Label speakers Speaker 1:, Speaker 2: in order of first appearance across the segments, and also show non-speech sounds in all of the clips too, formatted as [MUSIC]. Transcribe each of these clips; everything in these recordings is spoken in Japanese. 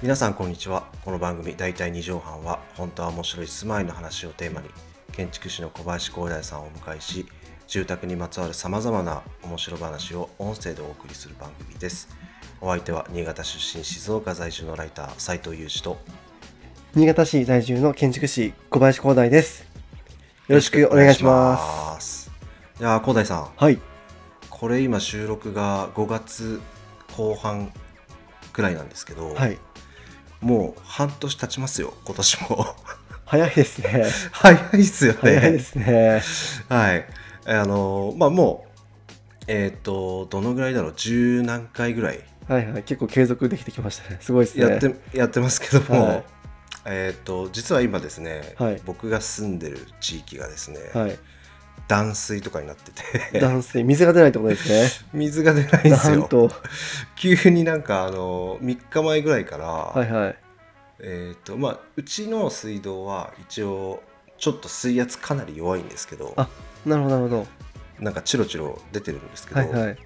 Speaker 1: 皆さんこんにちはこの番組「大体二畳半」は本当は面白い住まいの話をテーマに建築士の小林光大さんをお迎えし住宅にまつわるさまざまな面白話を音声でお送りする番組ですお相手は新潟出身静岡在住のライター斉藤裕二と
Speaker 2: 新潟市在住の建築士小林光大です。よろしくお願いします。
Speaker 1: すいやー光大さん
Speaker 2: はい。
Speaker 1: これ今収録が5月後半くらいなんですけど、
Speaker 2: はい。
Speaker 1: もう半年経ちますよ今年も [LAUGHS]
Speaker 2: 早いですね。
Speaker 1: 早いっすよね
Speaker 2: 早いですね。
Speaker 1: はい。あの、まあ、もう、えっ、と、どのぐらいだろう、十何回ぐらい
Speaker 2: はいはい。結構継続できてきましたね。すごいですね。
Speaker 1: やって、やってますけども、
Speaker 2: はい
Speaker 1: えっ、と、実は今ですね、
Speaker 2: はい
Speaker 1: 僕が住んでる地域がですね、
Speaker 2: はい。
Speaker 1: 断水とかになってて、
Speaker 2: 断水、水が出ないってことですね。
Speaker 1: [LAUGHS] 水が出ないんです
Speaker 2: な
Speaker 1: よ
Speaker 2: ん。と。
Speaker 1: 急になんか、あの、3日前ぐらいから、
Speaker 2: はいはい。
Speaker 1: えっ、と、まあ、うちの水道は一応、ちょっと水圧かなり弱いんですけど、
Speaker 2: あなるほど、なるほど。
Speaker 1: なんかチロチロ出てるんですけど、
Speaker 2: はいはい。へ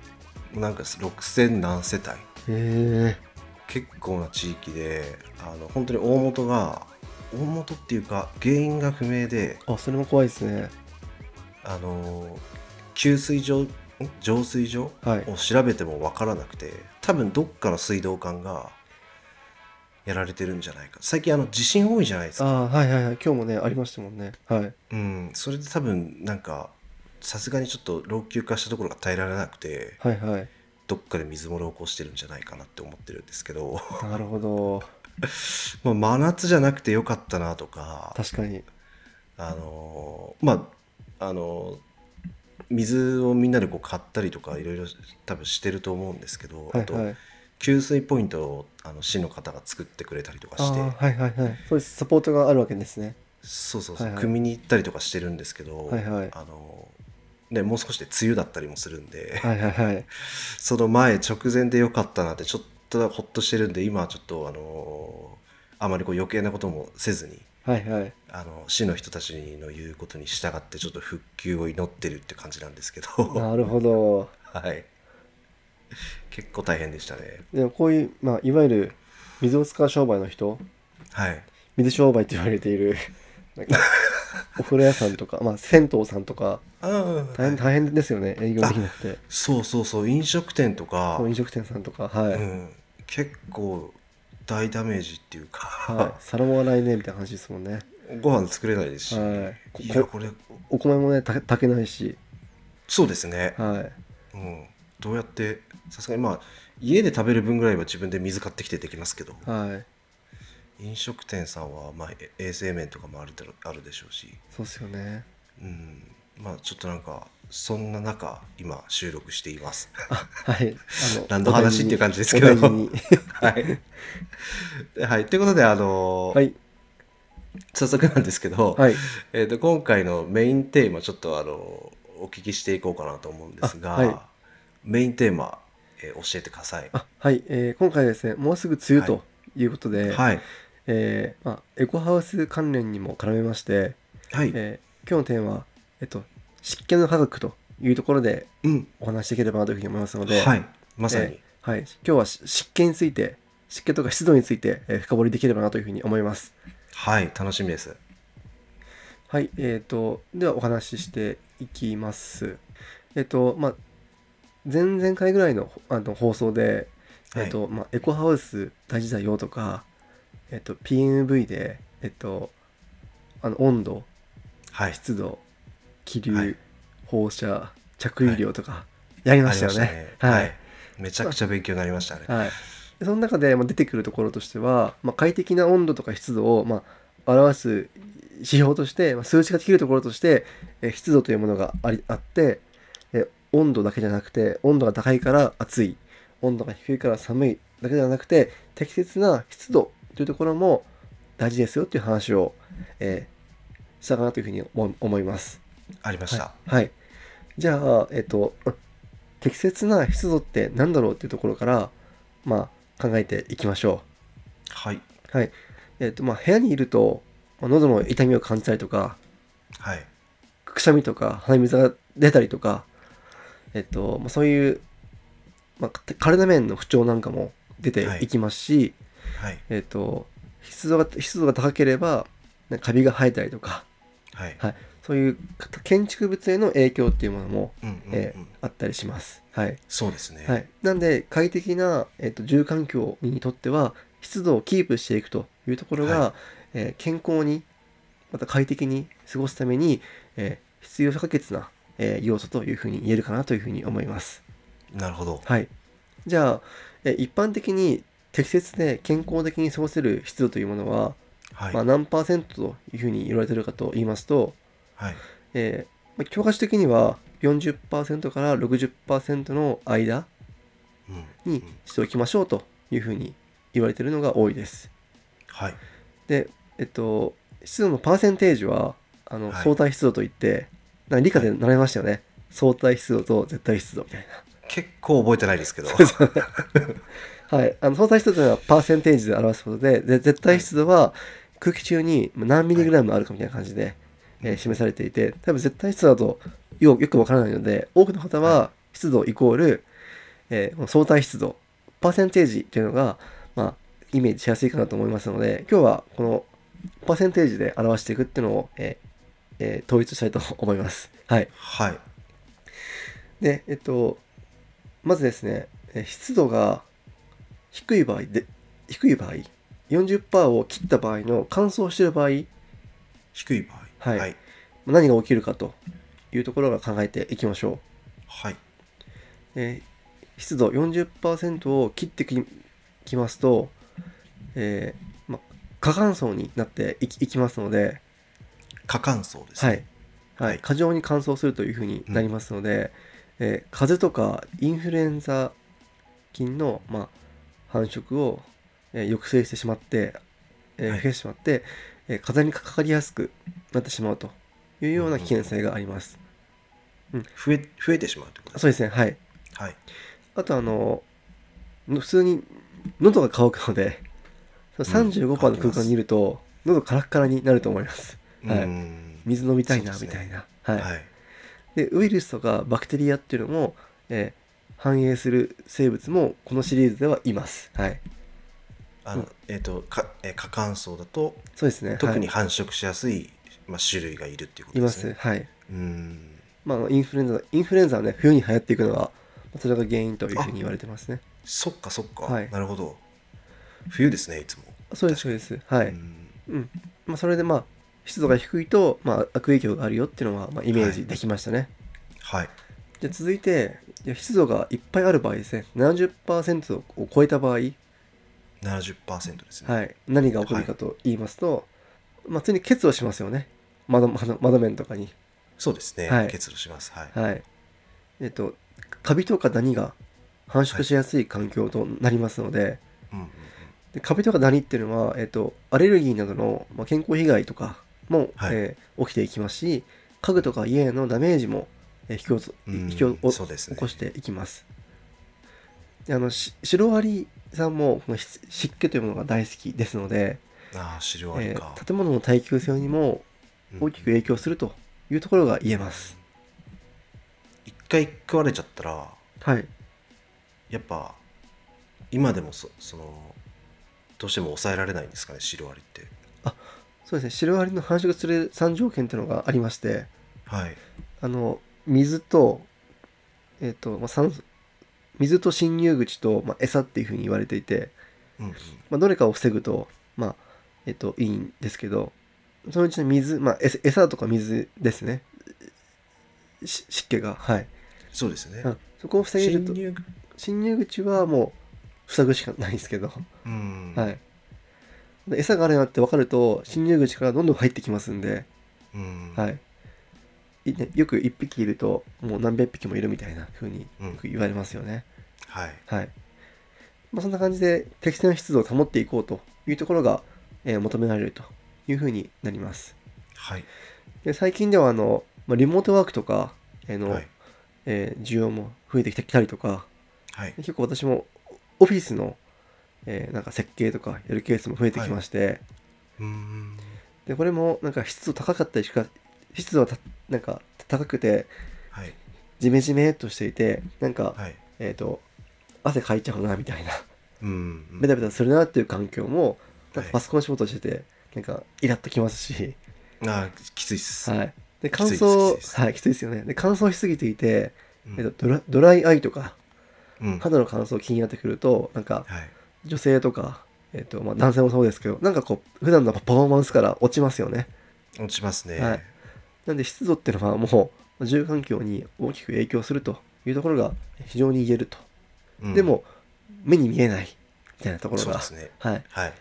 Speaker 1: なんか6000何世帯
Speaker 2: え。
Speaker 1: 結構な地域であの本当に大元が大元っていうか原因が不明で
Speaker 2: あ、それも怖いですね。
Speaker 1: あの給水場ん浄水場
Speaker 2: はい。
Speaker 1: を調べても分からなくて多分どっかの水道管がやられてるんじゃないか最近あの地震多いじゃないです
Speaker 2: あ
Speaker 1: か、
Speaker 2: はいはいはい。今日もね、ありましたもんね。はい。
Speaker 1: うん、それで多分なんかさすがにちょっと老朽化したところが耐えられなくて
Speaker 2: はいはい。
Speaker 1: どっかで水漏れを起こしてるんじゃないかなって思ってるんですけど [LAUGHS]
Speaker 2: なるほど。
Speaker 1: まあ真夏じゃなくてよかったなとか
Speaker 2: 確かに。
Speaker 1: あのーまああのー水をみんなでこう買ったりとかいろいろ多分してると思うんですけど、
Speaker 2: はい
Speaker 1: あ
Speaker 2: は
Speaker 1: と
Speaker 2: い。
Speaker 1: 給水ポイントをあの市の方が作ってくれたりとか
Speaker 2: あ
Speaker 1: して
Speaker 2: はいはいはい。そういうサポートがあるわけですね。
Speaker 1: そうそうそう、
Speaker 2: はいはい
Speaker 1: 組に行ったりとかしてるんですけど、
Speaker 2: はいはい
Speaker 1: あのーね、もう少しで梅雨だったりもするんで、
Speaker 2: はいはいはい。
Speaker 1: [LAUGHS] その前直前でよかったなってちょっとほっとしてるんで今はちょっと、あのーあまりこう余計なこともせずに。
Speaker 2: はいはい。
Speaker 1: あの市の人たちの言うことに従ってちょっと復旧を祈ってるって感じなんですけど、
Speaker 2: [LAUGHS] なるほど。
Speaker 1: はい、結構大変でしたね
Speaker 2: でもこういう、まあ、いわゆる水を使う商売の人
Speaker 1: はい
Speaker 2: 水商売と言われている [LAUGHS] なんかお風呂屋さんとか、まあ、銭湯さんとか大変大変ですよね営業できなくて
Speaker 1: そうそうそう飲食店とか、
Speaker 2: 飲食店さんとかはい、
Speaker 1: うん、結構大ダメージっていうか、
Speaker 2: はい、皿も洗いねみたいな話ですもんね
Speaker 1: [LAUGHS] ご飯作れないですし、
Speaker 2: はいこ
Speaker 1: いやこれ
Speaker 2: お米もねた炊けないし
Speaker 1: そうですね、
Speaker 2: は
Speaker 1: う
Speaker 2: い
Speaker 1: ん、どうやってさすがにまあ家で食べる分ぐらいは自分で水買ってきてできますけど
Speaker 2: はい
Speaker 1: 飲食店さんは、まあ、え衛生面とかもあるだろあるでしょうし
Speaker 2: そうっすよね
Speaker 1: うん、まあちょっとなんかそんな中今収録してい
Speaker 2: [LAUGHS]
Speaker 1: ます。
Speaker 2: はいあの
Speaker 1: [LAUGHS] 何の話っていう感じですけど。
Speaker 2: お大事に
Speaker 1: はい。ではい。ということであのー
Speaker 2: はい
Speaker 1: 早速なんですけど、
Speaker 2: はい
Speaker 1: えっ、と今回のメインテーマちょっとあのーお聞きしていこうかなと思うんですが、
Speaker 2: あはい
Speaker 1: メインテーマ、えー教えてください。
Speaker 2: あはい、えー今回はですねもうすぐ梅雨
Speaker 1: は
Speaker 2: ということで、
Speaker 1: はい。
Speaker 2: えーまあ、エコハウス関連にも絡めまして
Speaker 1: はい。
Speaker 2: えー今日のテーマは、えっと、湿気の科学というところで
Speaker 1: うん。
Speaker 2: お話しできればなというふうに思いますので、
Speaker 1: はい。まさに。
Speaker 2: えーはい、今日はし湿気について湿気とか湿度について、えー深掘りできればなというふうに思います。
Speaker 1: はい。楽しみです。
Speaker 2: はい、えー、とではお話ししていきます。えっ、とまあ前々回ぐらいのあの放送で、
Speaker 1: はい
Speaker 2: えっとまあ、エコハウス大事だよとか、えっと PNV で、えっとあの温度
Speaker 1: はい。
Speaker 2: 湿度気流、
Speaker 1: はい
Speaker 2: 放射着衣量とかやりましたよ
Speaker 1: あ
Speaker 2: ね。
Speaker 1: は
Speaker 2: はいい、。
Speaker 1: めちゃくちゃ勉強になりましたね。
Speaker 2: はいでその中でまあ出てくるところとしては、まあ、快適な温度とか湿度をまあ表す指標として、まあ、数値化できるところとして、えー湿度というものがありあって、えー温度だけじゃなくて温度が高いから暑い温度が低いから寒いだけではなくて適切な湿度というところも大事ですよという話を、えーしたかなというふうに思思います。
Speaker 1: ありました。
Speaker 2: はい。はいじゃあ、えっと、うん適切な湿度って何だろうっていうところから、まあ、考えていきましょ
Speaker 1: はい。
Speaker 2: う。はい。えっと、まあ、部屋にいると、まあ、喉の痛みを感じたりとか、
Speaker 1: はい。
Speaker 2: くしゃみとか鼻水が出たりとか、えっとまあ、そういう、まあ、体面の不調なんかも出ていきますし、
Speaker 1: はい。
Speaker 2: えっと、湿度が湿度が高ければなんかカビが生えたりとか
Speaker 1: はい。
Speaker 2: そういう建築物への影響っていうものも
Speaker 1: うんうんうん。
Speaker 2: えあったりします。はい
Speaker 1: そうですね。
Speaker 2: は。い、なんで快適な、えっと、住環境にとっては湿度をキープしていくというところが、
Speaker 1: は
Speaker 2: えー健康にまた快適に過ごすために、えー必要不可欠な、えー要素というふうに言えるかなというふうに思います。
Speaker 1: なるほど。
Speaker 2: はい、じゃあ、えー一般的に適切で健康的に過ごせる湿度というものは、
Speaker 1: はい。
Speaker 2: まあ、何パーセントというふうに言われてるかと言いますと、
Speaker 1: はい。
Speaker 2: えーまあ、教科書的には40%から60%の間
Speaker 1: うん。
Speaker 2: にしておきましょうというふうに言われているのが多いです。
Speaker 1: はい。
Speaker 2: で、えっと、湿度のパーセンテージはあの
Speaker 1: はい
Speaker 2: 相対湿度といって、なんか理科で習いましたよね、相対湿度と絶対湿度みたい
Speaker 1: 結構覚えてないですけど。
Speaker 2: な。そうですねはい、あの相対湿度というのはパーセンテージで表すことでで絶対湿度は空気中に何ミリグラムあるかみたいな感じで、えー示されていて多分絶対湿度だとよよくわからないので多くの方は湿度イコール、えーこの相対湿度パーセンテージというのが、まあ、イメージしやすいかなと思いますので今日はこのパーセンテージで表していくっていうのを、えーえー統一したいと思います。はい、
Speaker 1: はい。
Speaker 2: で、えっと、まずですね、えー湿度が低い場合で、低い場合、40%を切った場合の乾燥している場合、
Speaker 1: 低い場合。
Speaker 2: はい
Speaker 1: はい。
Speaker 2: 何が起きるかというところが考えていきましょ
Speaker 1: はい。
Speaker 2: う。えー湿度40%を切ってききますと、えーま、過乾燥になっていきいきますので、
Speaker 1: 過乾燥です
Speaker 2: は
Speaker 1: ね。
Speaker 2: いは
Speaker 1: はい
Speaker 2: い、過剰に乾燥するというふうになりますので、えー風邪とかインフルエンザ菌の、まあ、繁殖を、えー抑制してしまって、えー
Speaker 1: はい
Speaker 2: 増えてしまって、えー風邪にかかりやすくなってしまうというような危険性があります。
Speaker 1: 増え、増えてしまうってことです
Speaker 2: そうですねはい
Speaker 1: ね。はい。
Speaker 2: あとあのの普通に喉が渇くのでその
Speaker 1: うん
Speaker 2: 35%の空間にいると、喉カラッカラになると思います。はい
Speaker 1: うん
Speaker 2: 水飲みたいな
Speaker 1: そう
Speaker 2: み
Speaker 1: です
Speaker 2: た
Speaker 1: ね
Speaker 2: いな。はい
Speaker 1: はい。
Speaker 2: でウイルスとかバクテリアっていうのも、えー繁栄する生物もこのシリーズではいますはい
Speaker 1: あの
Speaker 2: うん
Speaker 1: えっ、とか、えー過乾燥だと
Speaker 2: そうですね
Speaker 1: 特に
Speaker 2: は
Speaker 1: 繁殖しやすい、まあ、種類がいるっていうこ
Speaker 2: い、
Speaker 1: と
Speaker 2: いま
Speaker 1: です
Speaker 2: す
Speaker 1: ね。
Speaker 2: はい、
Speaker 1: うん。
Speaker 2: まああの、インフルエンザインフルエンザはね冬に流行っていくのはそれが原因というふうに言われてますね
Speaker 1: そっかそっか、
Speaker 2: はい
Speaker 1: なるほど。冬ですねいつも。
Speaker 2: そうですそうですはい、
Speaker 1: うん
Speaker 2: まあ、それでまあ湿度が低いと、まあ、悪影響があるよっていうのは、まあ、イメージできましたね、
Speaker 1: はい。
Speaker 2: で続いていや湿度がいっぱいある場合ですね70%を超えた場合
Speaker 1: 70%ですね。
Speaker 2: はい、何が起こるかと言いますと、まあ、普通に結露しますよね窓窓窓面とかに、
Speaker 1: そうですね。
Speaker 2: はい
Speaker 1: 結露します。はい。
Speaker 2: はいえっと、カビとかダニが繁殖しやすい環境となりますので,、
Speaker 1: うんうんうん
Speaker 2: でカビとかダニっていうのは、えっと、アレルギーなどの、まあ、健康被害とかも、
Speaker 1: はい
Speaker 2: えー起きていきますし家具とか家へのダメージも、えー引き起こ
Speaker 1: う
Speaker 2: 引
Speaker 1: ん
Speaker 2: き起こ
Speaker 1: そうですね
Speaker 2: 起こしていきます。であのしシロアリさんもこの湿湿気というものが大好きですので、
Speaker 1: ああ、資料あり
Speaker 2: え
Speaker 1: か。
Speaker 2: ー建物の耐久性にも
Speaker 1: うん
Speaker 2: 大きく影響するというところが言えます。
Speaker 1: 一回食われちゃったら、
Speaker 2: はい。
Speaker 1: やっぱ、今でもそその、どうしても抑えられないんですかね、シロアリって。
Speaker 2: そうですね。シロアリの繁殖する3条件というのがありまして、
Speaker 1: はい。
Speaker 2: あの水とえっ、とまあ酸素水と侵入口と、まあ、餌っていうふうに言われていて、
Speaker 1: うんうん、
Speaker 2: まあ、どれかを防ぐとまあえっ、といいんですけど、そのうちの水まあ餌餌とか水ですね。し湿気がはい、
Speaker 1: そうですね
Speaker 2: う。んそこを防げると
Speaker 1: 侵入
Speaker 2: 侵入口はもう塞ぐしかないんですけど。
Speaker 1: うん。
Speaker 2: はい、で餌があるなって分かると侵入口からどんどん入ってきますんで、
Speaker 1: うん。
Speaker 2: はいいね、よく1匹いるともう何百匹もいるみたいな風に
Speaker 1: うん
Speaker 2: よく言われますよね、
Speaker 1: はい。
Speaker 2: はいまあ、そんな感じで適正な湿度を保っていこうというところが、えー求められるという風になります
Speaker 1: はい。
Speaker 2: で最近ではあの、まあ、リモートワークとか、えーの
Speaker 1: はい。
Speaker 2: えー需要も増えてきたきたりとか
Speaker 1: はい。
Speaker 2: 結構私もオフィスの、えーなんか設計とかやるケースも増えてきまして、
Speaker 1: うーん。
Speaker 2: でこれもなんか湿度高かったりしか湿度はたなんか高くて
Speaker 1: はい
Speaker 2: ジメジメっとしていてなんか、
Speaker 1: はい
Speaker 2: えっ、と汗かいちゃうなみたいな
Speaker 1: うんうん
Speaker 2: ベタベタするなっていう環境もな
Speaker 1: は
Speaker 2: んか
Speaker 1: い
Speaker 2: パソコン仕事しててなんかイラッときますし、
Speaker 1: あーきついっす、
Speaker 2: はい、で
Speaker 1: きつい
Speaker 2: 乾
Speaker 1: です
Speaker 2: 燥
Speaker 1: きついです
Speaker 2: はいきついですよねで乾燥しすぎていて、
Speaker 1: うん
Speaker 2: えっと、ドラドライアイとか
Speaker 1: うんは
Speaker 2: 肌の乾燥気になってくるとなんか
Speaker 1: い
Speaker 2: 女性とか、えっとまあ、男性もそうですけどなんかこう普段のパフォーマンスから落ちますよね
Speaker 1: 落ちますね、
Speaker 2: はいなんで湿度っていうのはもう住環境に大きく影響するというところが非常に言えると、
Speaker 1: うん
Speaker 2: でも目に見えないみたいなところ
Speaker 1: そう
Speaker 2: が、
Speaker 1: ですね
Speaker 2: はい、
Speaker 1: はい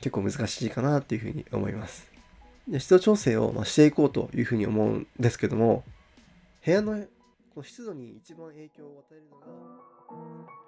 Speaker 2: 結構難しいかなっていうふうに思いますで湿度調整をまあしていこうというふうに思うんですけども部屋のこの湿度に一番影響を与えるのが